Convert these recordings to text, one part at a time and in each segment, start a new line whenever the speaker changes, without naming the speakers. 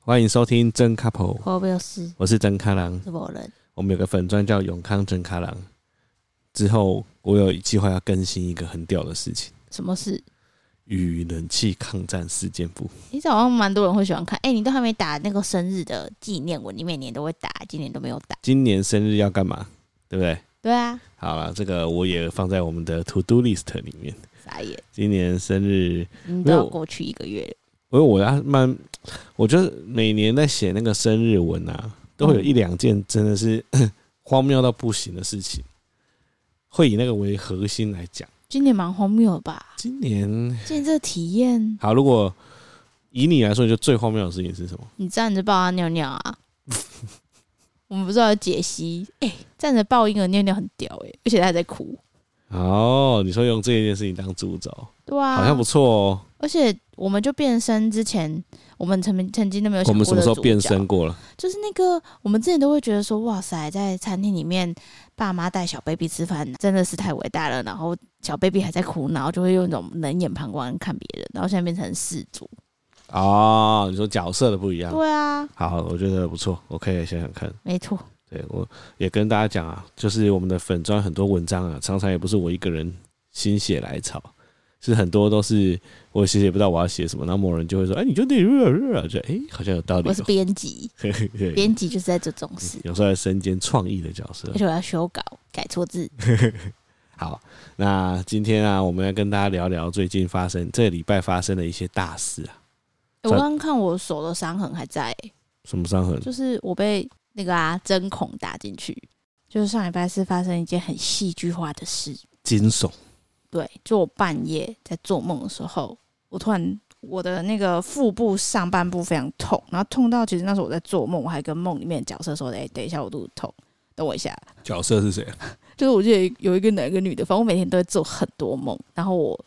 欢迎收听真 couple，
我没有事，
我是真咖郎。
是某人
我们有个粉钻叫永康真咖郎。之后我有计划要更新一个很屌的事情，
什么事？
与冷气抗战事件簿。
你好像蛮多人会喜欢看，哎、你都还没打那个生日的纪念文，你每年都会打，今年都没有打。
今年生日要干嘛？对不对？
对啊，
好了，这个我也放在我们的 to do list 里面。
傻眼，
今年生日，
你
没
都
有
要过去一个月 了。
因为我要慢，我觉得每年在写那个生日文啊，都会有一两件真的是 荒谬到不行的事情，会以那个为核心来讲。
今年蛮荒谬的吧？
今年
今年这个体验，
好，如果以你来说，你觉得最荒谬的事情是什么？
你站着抱他尿尿 啊？我们不知道有解析，哎、站着抱婴儿尿尿很屌哎、而且他还在哭。
哦，你说用这件事情当主轴，
对啊，
好像不错哦。
而且我们就变身之前，我们曾曾经都没有
我
想
们
过
什么时候
的主
变
角
身过了？
就是那个，我们之前都会觉得说，哇塞，在餐厅里面，爸妈带小 baby 吃饭真的是太伟大了。然后小 baby 还在哭，然后就会用一种冷眼旁观看别人，然后现在变成世主。
哦，你说角色的不一样。
对啊，
好，我觉得不错，我可以想想看。
没错，
对我也跟大家讲啊，就是我们的粉砖很多文章啊，常常也不是我一个人心血来潮，是很多都是我其实也不知道我要写什么，然后某人就会说，哎、你就得热热，就哎、好像有道理、
我是
哦。
编辑，
对嗯
编辑就是在做这种事，
有时候在身兼创意的角色
而。且我要修稿、改错字。
嗯好，那今天啊，我们要跟大家聊聊最近发生这礼拜发生的一些大事啊，
欸我刚刚看我手的伤痕还在、欸
什么伤痕？
就是我被那个啊针孔打进去。就是上礼拜是发生一件很戏剧化的事，
惊悚
对，就我半夜在做梦的时候，我突然我的那个腹部上半部非常痛，然后痛到其实那时候我在做梦，我还跟梦里面的角色说：“哎、等一下，我肚子痛，等我一下。
角色是谁？”啊
就是我记得有一个男一个女的，反正我每天都会做很多梦，然后我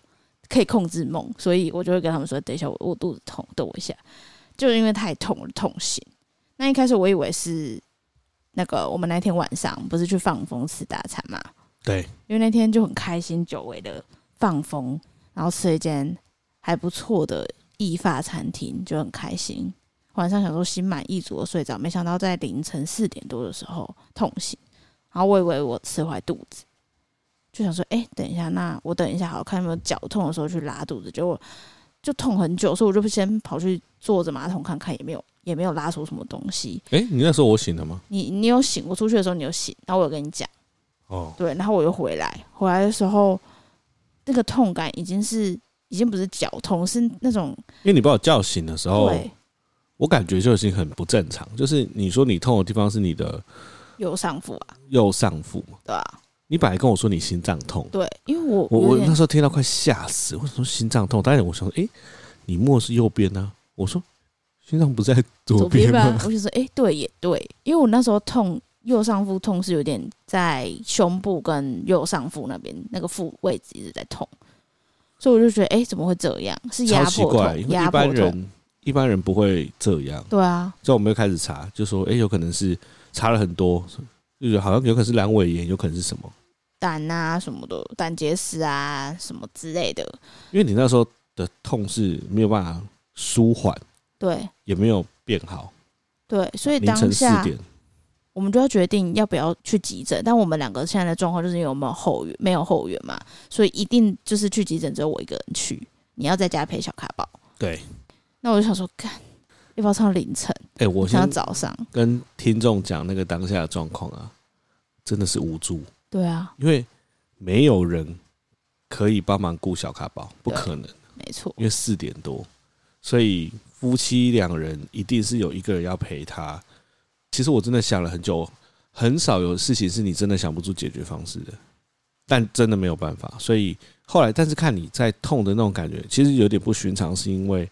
可以控制梦，所以我就会跟他们说：“等一下，我我肚子痛，等我一下。”就是因为太痛了，痛醒。那一开始我以为是那个我们那天晚上不是去放风吃大餐嘛，
对，
因为那天就很开心，久违的放风，然后吃了一间还不错的意法餐厅，就很开心。晚上想说心满意足的睡着，没想到在凌晨四点多的时候痛醒，然后我以为我吃坏肚子，就想说，哎、等一下，那我等一下好了看有没有绞痛的时候去拉肚子，结果就痛很久，所以我就先跑去坐着马桶看看，也没有也没有拉出什么东西。
哎、你那时候我醒了吗？
你你有醒，我出去的时候你有醒，然后我有跟你讲。
哦，
对，然后我又回来，回来的时候那个痛感已经是已经不是绞痛，是那种、
因为你把我叫醒的时候，
对
我感觉就已经很不正常。就是你说你痛的地方是你的
右上腹啊，
右上腹嘛？
对啊，
你本来跟我说你心脏痛，
对，因为我
我
有
我
点
那时候听到快吓死，为什么心脏痛？当然我想说，诶，你摸的是右边呢、我说心脏不在左
左边
边吗？
吧，我就说哎、对也对，因为我那时候痛右上腹痛是有点在胸部跟右上腹那边那个腹位置一直在痛，所以我就觉得哎、怎么会这样？是压
超奇
迫
怪，
痛，
因为一
压迫
般
痛，
人一般人不会这样。
对啊，
所以我们就开始查，就说诶，有可能是查了很多，就是好像有可能是阑尾炎，有可能是什么？
胆啊什么的，胆结石啊什么之类的，
因为你那时候的痛是没有办法舒缓，
对
也没有变好。
对，所以
凌
当
晨四
下。
点，
我们就要决定要不要去急诊。但我们两个现在的状况就是因为我们有后援没有后援嘛，所以一定就是去急诊只有我一个人去，你要在家陪小卡宝。
对，
那我就想说，干要不要唱凌晨？
哎、我先
想要早上。
跟听众讲那个当下的状况啊，真的是无助，
对啊，
因为没有人可以帮忙顾小卡宝，不
对
可能，
没错，
因为四点多，所以夫妻两人一定是有一个人要陪他。其实我真的想了很久，很少有事情是你真的想不出解决方式的，但真的没有办法。所以后来，但是看你在痛的那种感觉，其实有点不寻常，是因为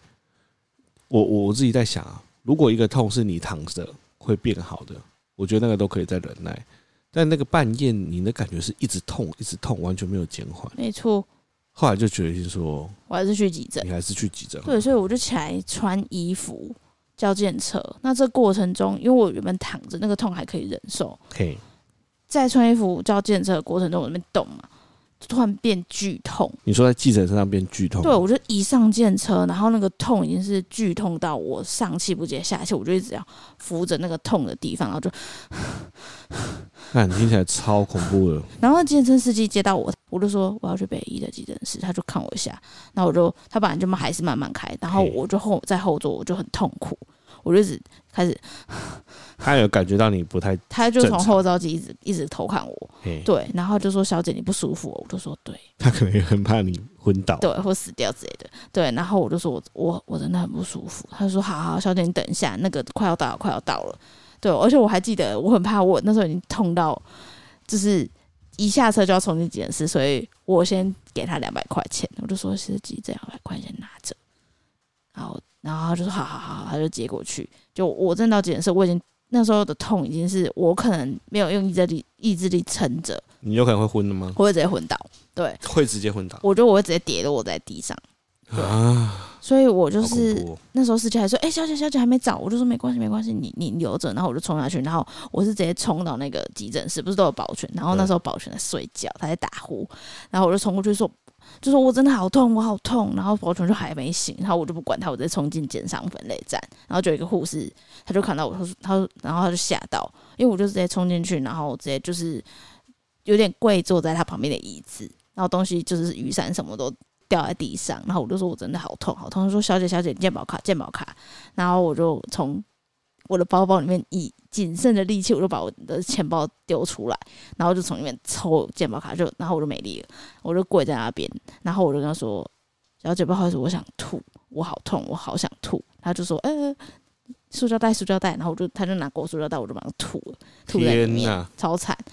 我我我自己在想啊，如果一个痛是你躺着会变好的，我觉得那个都可以再忍耐。但那个半夜，你的感觉是一直痛，一直痛，完全没有减缓。
没错，
后来就决定说，
我还是去急诊。
你还是去急诊。
对，所以我就起来穿衣服。叫检车，那这过程中，因为我原本躺着，那个痛还可以忍受，
嘿，
在穿衣服叫检车的过程中，我在那边动嘛，突然变剧痛。
你说在计程车上变剧痛，啊
对，我就一上电车，然后那个痛已经是剧痛到我上气不接下气，我就一直要扶着那个痛的地方，然后就，
看听起来超恐怖 的。
然后健身司机接到我，我就说我要去北医的急诊室，他就看我一下，然后我就他本来就慢还是慢慢开，然后
嘿
我就后在后座我就很痛苦，我就一直开始，
他有感觉到你不太
他就
正
从
常
后照镜一直一直偷看我，
嘿，
对，然后就说小姐你不舒服哦，我就说对。
他可能也很怕你昏倒。
对，或死掉之类的。对，然后我就说我我我真的很不舒服。他就说好好，小姐你等一下，那个快要到了，快要到了。对，而且我还记得，我很怕我那时候已经痛到，就是一下车就要冲进急诊室，所以我先给他两百块钱，我就说司机这两百块钱拿着，然后然后他就说好好好，他就接过去。就我真的到急诊室，我已经那时候的痛已经是我可能没有用意志力意志力撑着，
你有可能会昏的吗？
我会直接昏倒。对，
会直接昏倒
我觉得我会直接跌落在地上。
啊！
所以我就
好恐
是
怖哦
那时候司机还说：“哎、小姐，小姐还没找。”我就说：“没关系，没关系，你你留着。”然后我就冲下去，然后我是直接冲到那个急诊室，不是都有保全？然后那时候保全在睡觉，他在打呼，然后我就冲过去说：“就说我真的好痛，我好痛。”然后保全就还没醒，然后我就不管他，我直接冲进减伤分类站，然后就有一个护士，他就看到我，他说：“他说，然后他就吓到，因为我就直接冲进去，然后我直接就是有点跪坐在他旁边的椅子，然后东西就是雨伞什么都掉在地上，然后我就说我真的好痛好痛，他说小姐小姐健保卡健保卡，然后我就从我的包包里面以仅剩的力气，我就把我的钱包丢出来，然后就从里面抽健保卡，就然后我就没力了，我就跪在那边，然后我就跟他说小姐不好意思，我想吐，我好痛，我好想吐，他就说呃。塑胶袋，塑胶袋，然后我就，他就拿过塑胶袋，我就马上吐了，吐在里
天
面
哪，，
超惨。嗯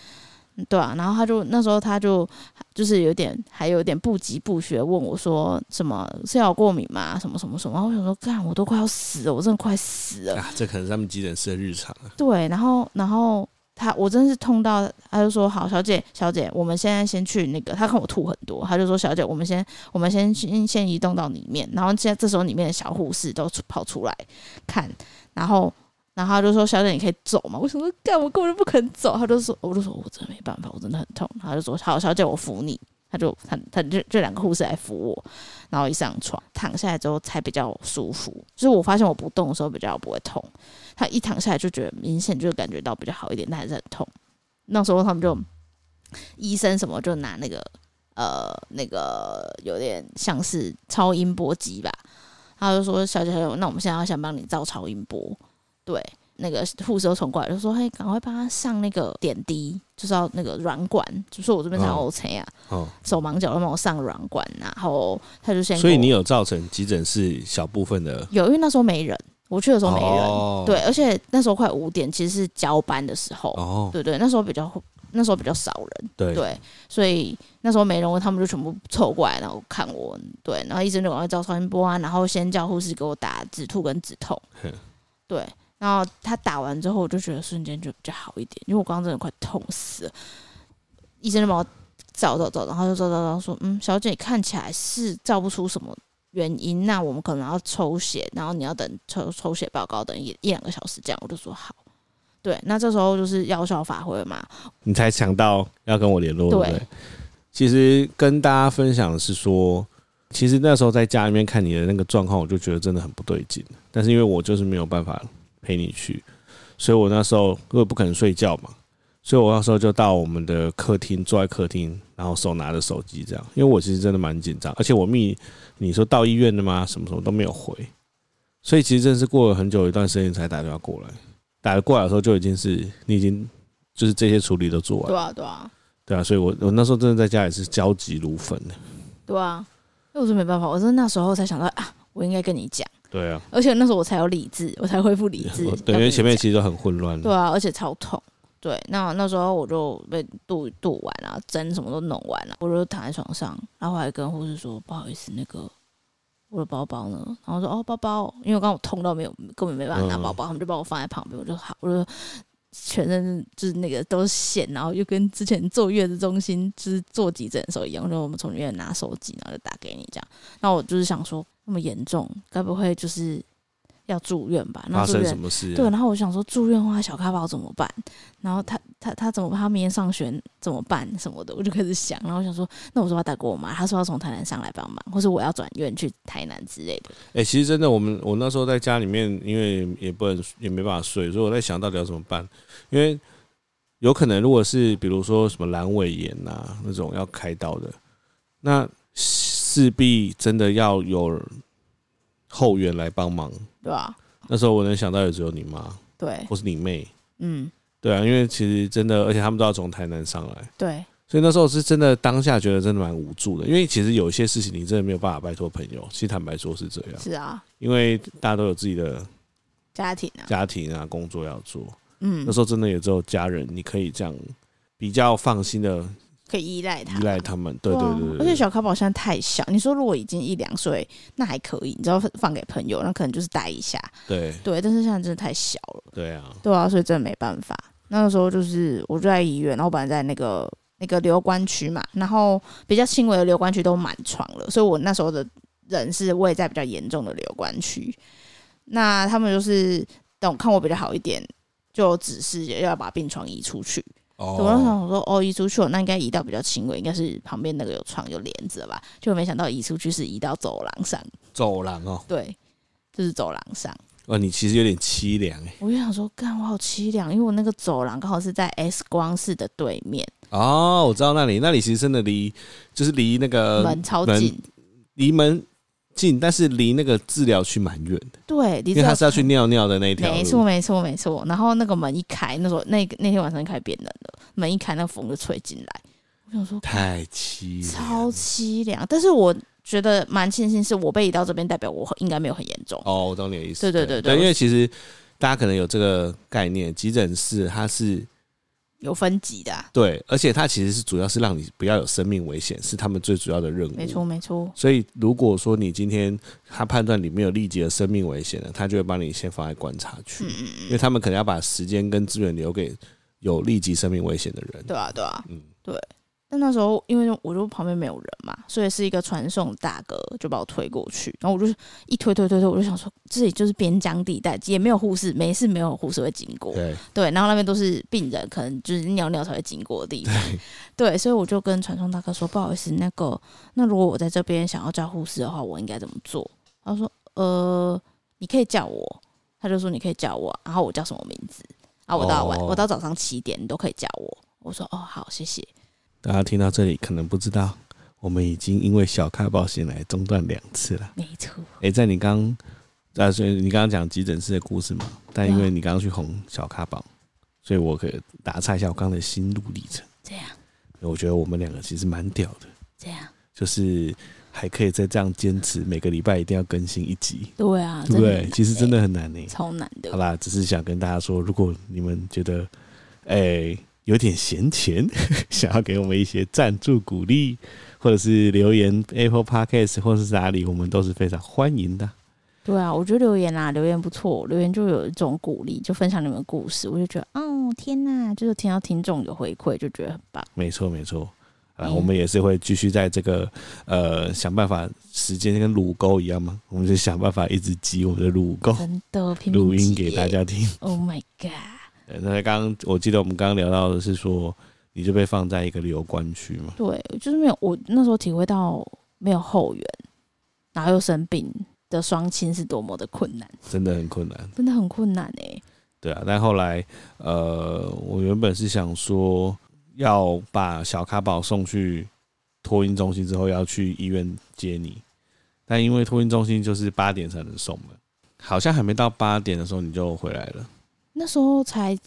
对啊，然后他就那时候他就就是有点还有点不疾不学，问我说什么是要过敏吗？什么什么什么？然后我想说，干，我都快要死了，我真的快死了。
啊，这可能是他们急诊室的日常啊。
对，然后然后他我真是痛到，他就说好，小姐小姐，我们现在先去那个，他看我吐很多，他就说小姐，我们先我们先先先移动到里面，然后现在这时候里面的小护士都出跑出来看，然后。然后他就说：“小姐，你可以走吗？”我想说：“干，我根本就不肯走。”他就说：“我就说我真的没办法，我真的很痛。”他就说：“好，小姐，我扶你。”他就他他就这两个护士来扶我，然后一上床躺下来之后才比较舒服。就是我发现我不动的时候比较不会痛，他一躺下来就觉得明显就感觉到比较好一点，但还是很痛。那时候他们就医生什么就拿那个呃那个有点像是超音波机吧，他就说小姐小姐，那我们现在要想帮你照超音波，对。那个护士又冲过来，就说：“哎嘿，赶快帮他上那个点滴，就是要那个软管，就说我这边才
哦
OK 啊。
哦，
手忙脚乱帮我上软管，啊然后他就先给我。
所以你有造成急诊室小部分的
有，因为那时候没人，我去的时候没人，
哦
对，而且那时候快五点，其实是交班的时候，
哦，
对对，那时候比较那时候比较少人，
对
对，所以那时候没人，他们就全部凑过来，然后看我，对，然后医生就赶快照超音波啊，然后先叫护士给我打止吐跟止痛
哼，
对，然后他打完之后，我就觉得瞬间就比较好一点，因为我刚刚真的快痛死了，医生就把我照照照，然后就照照照说，嗯，小姐你看起来是照不出什么。原因，那我们可能要抽血，然后你要等抽抽血报告，等一一两个小时这样。我就说好，对，那这时候就是药效发挥嘛，
你才想到要跟我联络，对
对
不对？其实跟大家分享的是说，其实那时候在家里面看你的那个状况，我就觉得真的很不对劲。但是因为我就是没有办法陪你去，所以我那时候因为不肯睡觉嘛，所以我那时候就到我们的客厅，坐在客厅，然后手拿着手机这样。因为我其实真的蛮紧张，而且我密你说到医院的吗？什么什么都没有回，所以其实真的是过了很久一段时间才打电话过来。打过来的时候就已经是你已经就是这些处理都做完了
对啊，对啊，
对啊，所以我我那时候真的在家也是焦急如焚的。
对啊，因为我说没办法，我真的那时候才想到啊，我应该跟你讲，
对啊，
而且那时候我才有理智，我才恢复理智
我，对，
要
因
跟
为
你
前面
讲
其实都很混乱。
对啊，而且超痛。对，那那时候我就被渡渡完了、针什么都弄完了、我就躺在床上，然后我还跟护士说不好意思，那个我的包包呢？然后说哦包包，因为我刚刚我痛到没有根本没办
嗯
法拿包包，他们就把我放在旁边，我就好，我就全身就是那个都是线，然后又跟之前坐月子中心就是做急诊的时候一样，就我们从医院拿手机，然后就打给你这样。那我就是想说那么严重，该不会就是要住院吧？然
发
后住
生
院
什么事？啊
对，然后我想说住院的话，小咖宝怎么办？然后他他他怎么办？他明天上学怎么办什么的，我就开始想。然后我想说，那我说要打给我妈，她说要从台南上来帮忙，或者我要转院去台南之类的。
哎、其实真的，我们我那时候在家里面，因为也不能也没办法睡，所以我在想到底要怎么办。因为有可能如果是比如说什么阑尾炎啊那种要开刀的，那势必真的要有后援来帮忙。
对吧、
那时候我能想到也只有你妈
对，
或是你妹，
嗯，
对啊，因为其实真的，而且他们都要从台南上来，
对，
所以那时候是真的当下觉得真的蛮无助的。因为其实有一些事情你真的没有办法拜托朋友，其实坦白说是这样，
是啊，
因为大家都有自己的
家庭啊，
家庭啊、工作要做。
嗯
那，时候真的也只有家人，你可以这样比较放心的
可以依赖他，
依赖他们。对
啊
对对
而且
对，
小咖宝现在太小，你说如果已经一两岁，那还可以，你知道放给朋友，那可能就是带一下，
对
对。但是现在真的太小了，
对啊，
对啊，所以真的没办法。那个时候就是我就在医院，然后本来在那个那个留观区嘛，然后比较轻微的留观区都满床了，所以我那时候的人是位在比较严重的留观区。那他们就是等看我比较好一点，就指示要把病床移出去。我那时候
哦，
想说，哦，移出去了，那应该移到比较轻微，应该是旁边那个有床有帘子了吧？就没想到移出去是移到走廊上，
走廊哦，
对，就是走廊上。
哇，哦你其实有点凄凉哎。
我就想说，干，我好凄凉，因为我那个走廊刚好是在 S 光室的对面，
哦，我知道那里，那里其实真的离就是离那个
门超
呃门
近，
离门近，但是离那个治疗区蛮远的，
对，离
因为他
这
是要去尿尿的那一条
没错，
路。
没错，没错。然后那个门一开，那时候那个那天晚上就开始变冷了，门一开，那风就吹进来。我想说，
太凄凉
超凄凉。但是我觉得蛮庆幸，是我被移到这边，代表我应该没有很严重。
哦，我懂你的意思。
对对对
对
对
因为其实大家可能有这个概念，急诊室它是
有分级的啊、
对，而且它其实是主要是让你不要有生命危险，是他们最主要的任务。
没错，。没错。
所以如果说你今天他判断你没有立即的生命危险了，他就会把你先放在观察区，
嗯嗯
因为他们可能要把时间跟资源留给有立即生命危险的人。
对啊，对啊。
嗯，
但那时候因为我就旁边没有人嘛，所以是一个传送大哥就把我推过去，然后我就一推推推推，我就想说这里就是边疆地带，也没有护士，没事没有护士会经过，
对，
对，然后那边都是病人，可能就是尿尿才会经过的地方，对，所以我就跟传送大哥说，不好意思，那个那如果我在这边想要叫护士的话，我应该怎么做？他说呃，你可以叫我，他就说你可以叫我，然后我叫什么名字？啊，我到晚，
哦
我到早上七点，你都可以叫我。我说哦，好，谢谢。
大家听到这里可能不知道，我们已经因为小咖保险来中断两次了。
没错，
诶，在你刚啊，所以你刚刚讲急诊室的故事嘛，但因
对
为
啊
你刚刚去红小咖宝，所以我可以打岔一下我刚才的心路历程。
这样
我觉得我们两个其实蛮屌的，
这样，
就是还可以再这样坚持，每个礼拜一定要更新一集，
对啊，
对不对？
真的很难
其实真的很难呢、
欸超难的
好。啦，只是想跟大家说，如果你们觉得，哎、有点闲钱， 想要给我们一些赞助鼓励，或者是留言 Apple Podcast 或者是哪里，我们都是非常欢迎的。
对啊，我觉得留言啦，留言不错，留言就有一种鼓励，就分享你们的故事，我就觉得，哦，天呐，就是听到听众有回馈，就觉得很棒。
没错，没错。啊，
嗯
我们也是会继续在这个呃想办法，时间跟乳沟一样嘛，我们就想办法一直挤我们的乳沟，
真的，拼命
哦录音
挤
给
耶
大。家听。
Oh my god！
对那刚刚我记得我们刚刚聊到的是说，你就被放在一个旅游关区嘛，
对，就是没有，我那时候体会到没有后援，然后又生病的双亲是多么的困难，
真的很困难。
真的很困难哎、
对啊，但后来呃，我原本是想说要把小卡宝送去托婴中心之后要去医院接你，但因为托婴中心就是八点才能送嘛，好像还没到八点的时候你就回来了。
那时候才，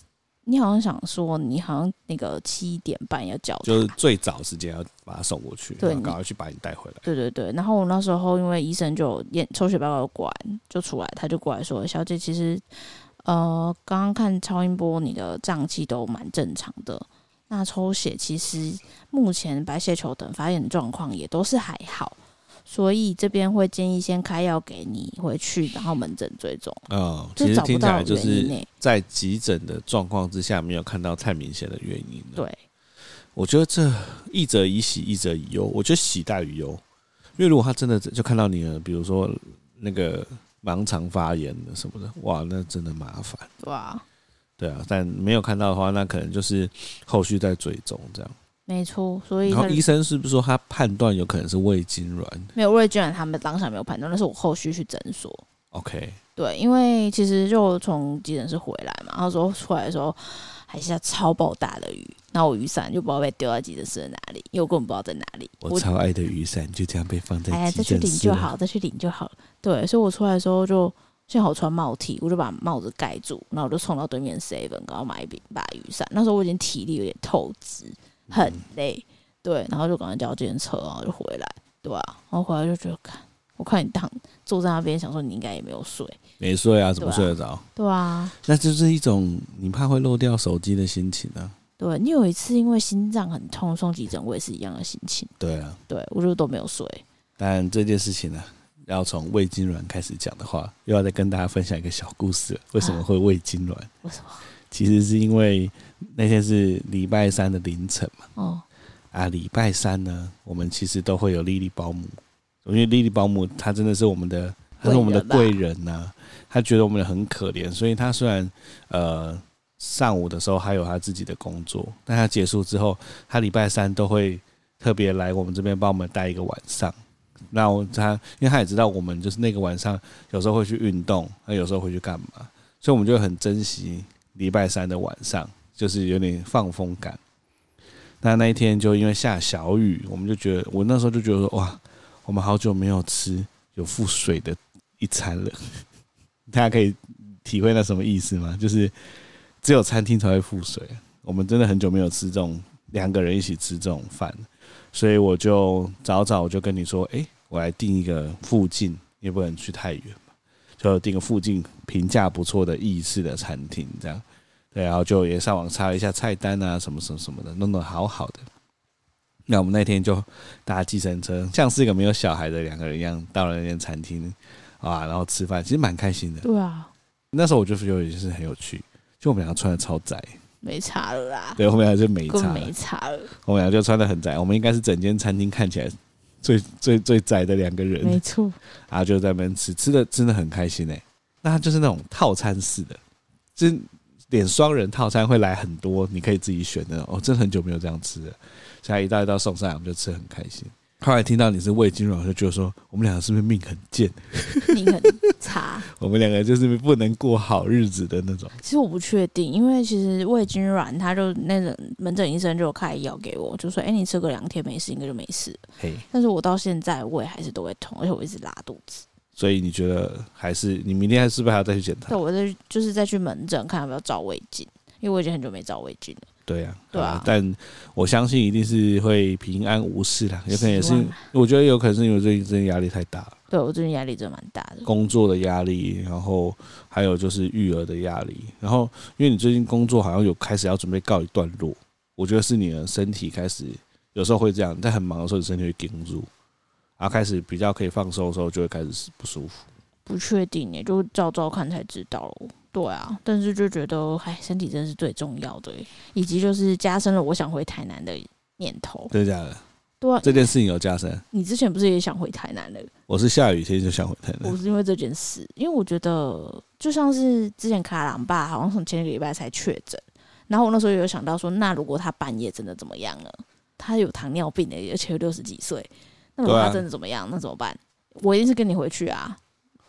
你好像想说，你好像那个七点半要叫他，
就是最早时间要把它送过去，
对
然后赶快去把你带回来。
对对对，然后我那时候因为医生就有验抽血报告过来，就出来，他就过来说：“小姐，其实呃，刚刚看超音波，你的脏器都蛮正常的。那抽血其实目前白血球等发炎状况也都是还好，所以这边会建议先开药给你回去，然后门诊追踪。
嗯，
就
其实
找不
听起来
到
就
原因欸
是
呢、
在急诊的状况之下，没有看到太明显的原因。，
对，
我觉得这一者以喜，一者以忧。我觉得喜大于忧，因为如果他真的就看到你了，比如说那个盲肠发炎的什么的，哇，那真的麻烦。
哇，
对啊，但没有看到的话，那可能就是后续在追踪这样。
没错，所以
然后
他
医生是不是说他判断有可能是胃痉挛
没有，我也居然他们当下没有判断，那是我后续去诊所。
？OK，
对，因为其实就从急诊室回来嘛，然后说出来的时候还下超爆大的雨，然后我雨伞就不知道被丢到急诊室的哪里，因为我根本不知道在哪里。
我超爱的雨伞就这样被放在
哎呀，
急
再去
诊
领
室
就
了
好，再去领就好。对，所以我出来的时候就幸好我穿帽 T，我就把帽子盖住，然后我就冲到对面 seven，然后买一柄把雨伞。那时候我已经体力有点透支，很
嗯
累，对，然后就赶快叫计程车，然后就回来，对啊，然后回来就觉得，看，我看你躺坐在那边，想说你应该也没有睡，
没睡啊，怎么
对啊
睡得着？
对啊，
那就是一种你怕会漏掉手机的心情啊。
对你有一次因为心脏很痛送急诊，我也是一样的心情，
对啊，
对我就都没有睡，
但这件事情呢、要从胃痉挛开始讲的话，又要再跟大家分享一个小故事了。为什么会胃痉挛？
为 什么？
其实是因为那天是礼拜三的凌晨嘛。
哦，
啊，礼拜三呢，我们其实都会有莉莉保姆，因为莉莉保姆她真的是我们的，她是我们的
贵
贵
人
人呐、她觉得我们很可怜，所以她虽然呃上午的时候还有她自己的工作，但她结束之后，她礼拜三都会特别来我们这边帮我们待一个晚上。那我她，因为她也知道我们就是那个晚上有时候会去运动，那有时候会去干嘛，所以我们就很珍惜礼拜三的晚上，就是有点放风感。那那一天就因为下小雨，我们就觉得，我那时候就觉得说，哇，我们好久没有吃有附水的一餐了。 大家可以体会到什么意思吗？就是只有餐厅才会附水，我们真的很久没有吃这种两个人一起吃这种饭，所以我就早早我就跟你说，诶，我来订一个附近，也不能去太远嘛，就订个附近评价不错的意式的餐厅这样。对，然后就也上网查了一下菜单啊，什么什么什么的，弄得好好的。那我们那天就搭计程车，像是一个没有小孩的两个人一样，到了那间餐厅啊，然后吃饭，其实蛮开心的。
对啊，
那时候我就觉得也是很有趣，就我们两个穿的超窄，
没差了啦，
对，我们俩就没
根
差
本
了
没，差了，
我们俩就穿的很窄，我们应该是整间餐厅看起来最最最窄的两个人，
没错。
然后就在那边吃，吃的真的很开心哎、那它就是那种套餐式的，就是点双人套餐会来很多，你可以自己选的。哦，真的很久没有这样吃了，所以它一道一道送上来，我们就吃得很开心。后来听到你是胃痉挛，我就觉得说我们两个是不是命很贱？
你很 差。
我们两个就是不能过好日子的那种。
其实我不确定，因为其实胃痉挛，他就那个门诊医生就有开药给我，就说：“哎、你吃个两天没事，应该就没事。
嘿，”
但是我到现在胃还是都会痛，而且我一直拉肚子。
所以你觉得还是你明天还是不是还要再去检查
对，？我在就是再去门诊看要不要照胃镜，因为我已经很久没照胃镜了。
对呀、
对啊
好但我相信一定是会平安无事啦。有可能也
希
是
望啦，
我觉得有可能是因为最近真的压力太大了。
对我最近压力真的蛮大的。
工作的压力，然后还有就是育儿的压力，然后因为你最近工作好像有开始要准备告一段落，我觉得是你的身体开始有时候会这样，在很忙的时候你身体会顶住，然后开始比较可以放松的时候就会开始不舒服。
不确定耶，就照照看才知道咯对啊，但是就觉得，哎，身体真的是最重要的耶，以及就是加深了我想回台南的念头。
真的假的？
对啊，
这件事情有加深。
你之前不是也想回台南了？
我是下雨天就想回台南
我，是因为这件事，因为我觉得就像是之前卡朗爸好像从前一个礼拜才确诊，然后我那时候有想到说，那如果他半夜真的怎么样了？他有糖尿病的，欸而且有六十几岁，那如果
对啊
他真的怎么样，那怎么办？我一定是跟你回去啊，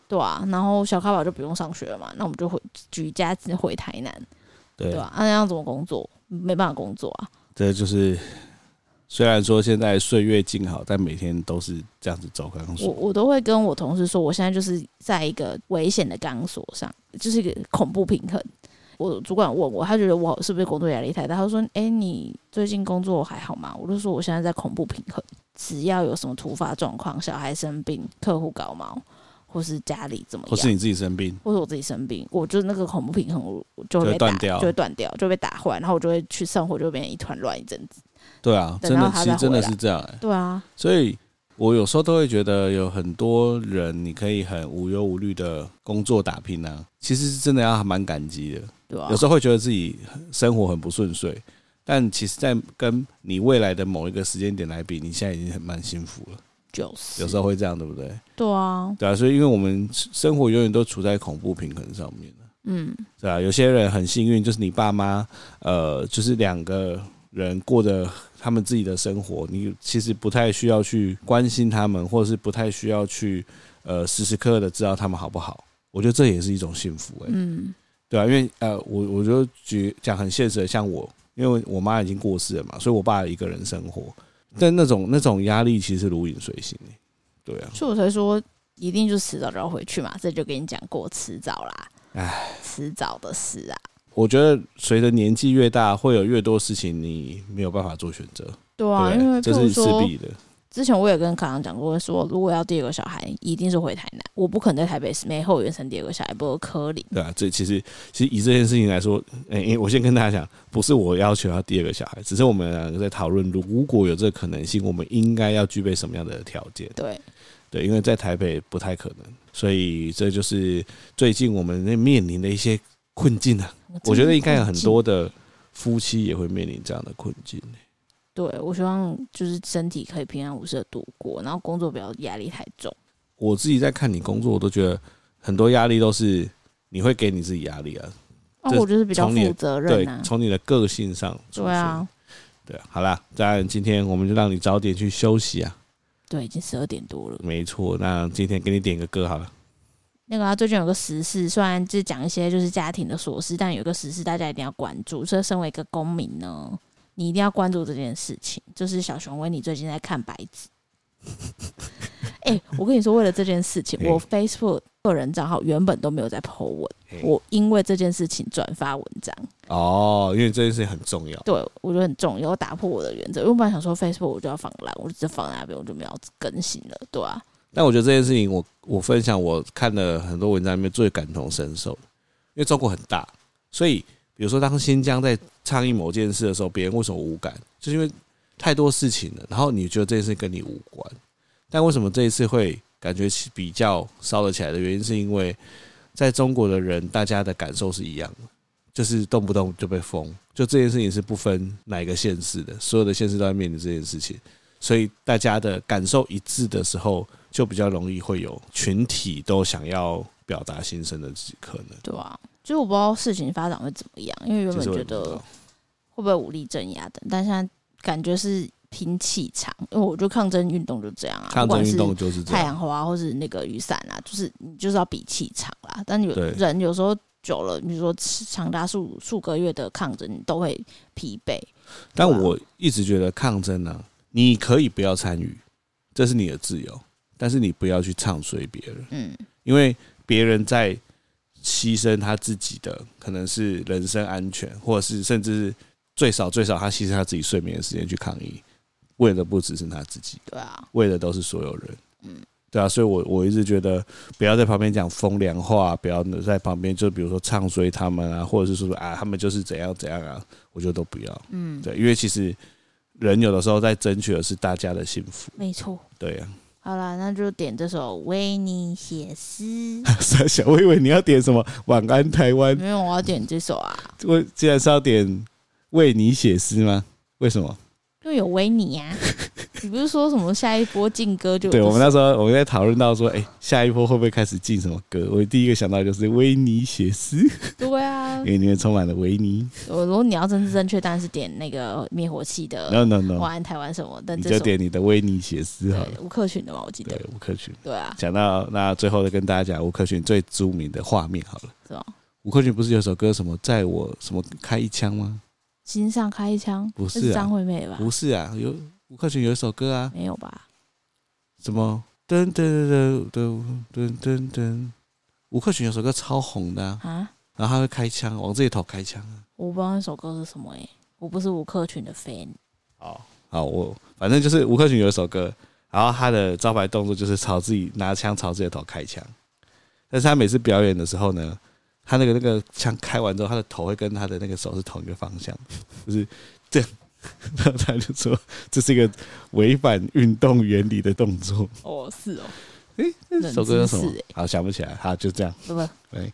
对啊，然后小咖宝就不用上学了嘛，那我们就回举家回台南，
对
对吧、啊？那要怎么工作？没办法工作啊，
这就是虽然说现在岁月静好，但每天都是这样子走。刚刚
我
说，
我都会跟我同事说，我现在就是在一个危险的钢索上，就是一个恐怖平衡。我主管问我，他觉得我是不是工作压力太大？他说：“哎、你最近工作还好吗？”我就说：“我现在在恐怖平衡，只要有什么突发状况，小孩生病、客户搞毛，或是家里怎么
或
样，
是你自己生病，
或是我自己生病，我就那个恐怖平衡，我我就会
就会
被
断
打
掉
就会断掉，就会被打坏，然后我就会去生活就会变成一团乱一阵子。
对啊，
等
真
到
的，
他
其实
再
真的
回来
是这样、欸。
对啊，
所以我有时候都会觉得有很多人，你可以很无忧无虑的工作打拼啊，其实是真的要蛮感激的。
对啊
有，时候会觉得自己生活很不顺遂，但其实，在跟你未来的某一个时间点来比，你现在已经很蛮幸福了。
九十
有时候会这样，对不对？
对啊，
对啊，所以因为我们生活永远都处在恐怖平衡上面。
嗯，
对啊，有些人很幸运，就是你爸妈，呃，就是两个人过着他们自己的生活，你其实不太需要去关心他们，或者是不太需要去呃时时刻刻的知道他们好不好。我觉得这也是一种幸福、欸，
嗯
对啊，因为呃，我我就举讲很现实的，像我，因为我妈已经过世了嘛，所以我爸一个人生活，但那种那种压力其实如影随形、欸，对啊，
所以我才说一定就迟早就要回去嘛，这就跟你讲过，迟早啦，
唉，
迟早的事啊。
我觉得随着年纪越大，会有越多事情你没有办法做选择。
对啊，
对不对
因为譬
这
如
是势
说，
必的。
之前我也跟康康讲过说如果要第二个小孩，一定是回台南，我不可能在台北市没后援生第二个小孩，不过柯林。
对啊，这其实其实以这件事情来说，诶、诶我先跟大家讲，不是我要求要第二个小孩，只是我们两个在讨论，如果有这个可能性，我们应该要具备什么样的条件？
对，
对，因为在台北不太可能，所以这就是最近我们面临的一些困境啊。我觉得应该有很多的夫妻也会面临这样的困境。欸
对，我希望就是身体可以平安无事的度过，然后工作不要压力太重。
我自己在看你工作，我都觉得很多压力都是你会给你自己压力啊，
啊，
这
我就是比较
从你
负责
对
任啊，，
从你的个性上出
对啊，
对啊，好啦，当然今天我们就让你早点去休息啊。
对，已经十二点多了。
没错，那今天给你点个歌好了。
那个、啊、最近有个时事，虽然是讲一些就是家庭的琐事，但有一个时事大家一定要关注。所以，身为一个公民呢，你一定要关注这件事情。就是小熊维尼最近在看白纸。哎、我跟你说，为了这件事情，
嘿
我 Facebook 个人账号原本都没有在 po 文
嘿，
我因为这件事情转发文章，
哦，因为这件事情很重要。
对我觉得很重要，打破我的原则。因为我本来想说 Facebook 我就要放烂，我就只放在那边，我就没有更新了，对啊，
但我觉得这件事情我，我分享我看了很多文章里面最感同身受的，因为中国很大，所以比如说当新疆在倡议某件事的时候，别人为什么无感？就是因为太多事情了，然后你觉得这件事跟你无关，但为什么这一次会感觉起比较烧得起来的原因，是因为在中国的人大家的感受是一样的。就是动不动就被封，就这件事情是不分哪个县市的，所有的县市都在面临这件事情，所以大家的感受一致的时候，就比较容易会有群体都想要表达心声的可能。
对啊。就是我不知道事情发展会怎么样，因为原
其
本
实我也
觉
不知
得啊
道，
会不会武力镇压等，但现在感觉是拼气场，因为我觉得抗争运动就这样啊，
抗争运
不
动
管
就是
是
这
太
样，
阳花或是那个雨伞啊，就是你就是要比气场啦。但有
对
人有时候久了，比如说长达数数个月的抗争，你都会疲惫。
但我一直觉得抗争呢、你可以不要参与，这是你的自由，但是你不要去唱衰别人，
嗯，
因为别人在牺牲他自己的，可能是人身安全，或者是甚至是最少最少他牺牲他自己睡眠的时间去抗议，为的不只是他自己。
对啊，
为的都是所有人。
嗯
对啊，所以我我一直觉得不要在旁边讲风凉话，不要在旁边就比如说唱衰他们啊，或者是说啊他们就是怎样怎样啊，我觉得都不要。
嗯，
对，因为其实人有的时候在争取的是大家的幸福。
没错。
对啊，，
好啦，那就点这首《为你写诗》
傻小，我以为你要点什么晚安台湾，
没有，我要点这首啊，
我竟然是要点为你写诗吗？为什么？
因为有维尼啊。 你不是说什么下一波劲歌就有
对
这
我们
首
那时候我们在讨论到说，哎、下一波会不会开始进什么歌？我第一个想到就是为你写 诗，
对啊
因，为里面充满了维尼。
我如果你要政治正确，当然是点那个灭火器的
No No
《晚
No，
安台湾》什么，但
嗯你
这
就
首
点你的威尼写诗好了
对。吴克群的嘛，我记
对
得，，
吴克群。
对啊，
讲到那最后再跟大家讲吴克群最著名的画面好了。
是吧？
吴克群不是有首歌什么在我什么开一枪吗？
心上开一枪，
不是啊
那张惠妹吧？
不是啊，有吴克群有一首歌啊，
没有吧？
什么噔噔噔噔噔噔噔，吴克群有首歌超红的、啊，
啊，
然后他会开枪，往自己头开枪啊。
我不知道那首歌是什么诶，我不是吴克群的 fan，
好，好，我反正就是吴克群有一首歌，然后他的招牌动作就是朝自己拿枪朝自己的头开枪，但是他每次表演的时候呢，他那个那个枪开完之后，他的头会跟他的那个手是同一个方向，就是这样。 然后他就说这是一个违反运动原理的动作。
哦，是哦，
诶、那首歌叫什么
冷知识？欸
好，想不起来。好，就这样。
不不
喂，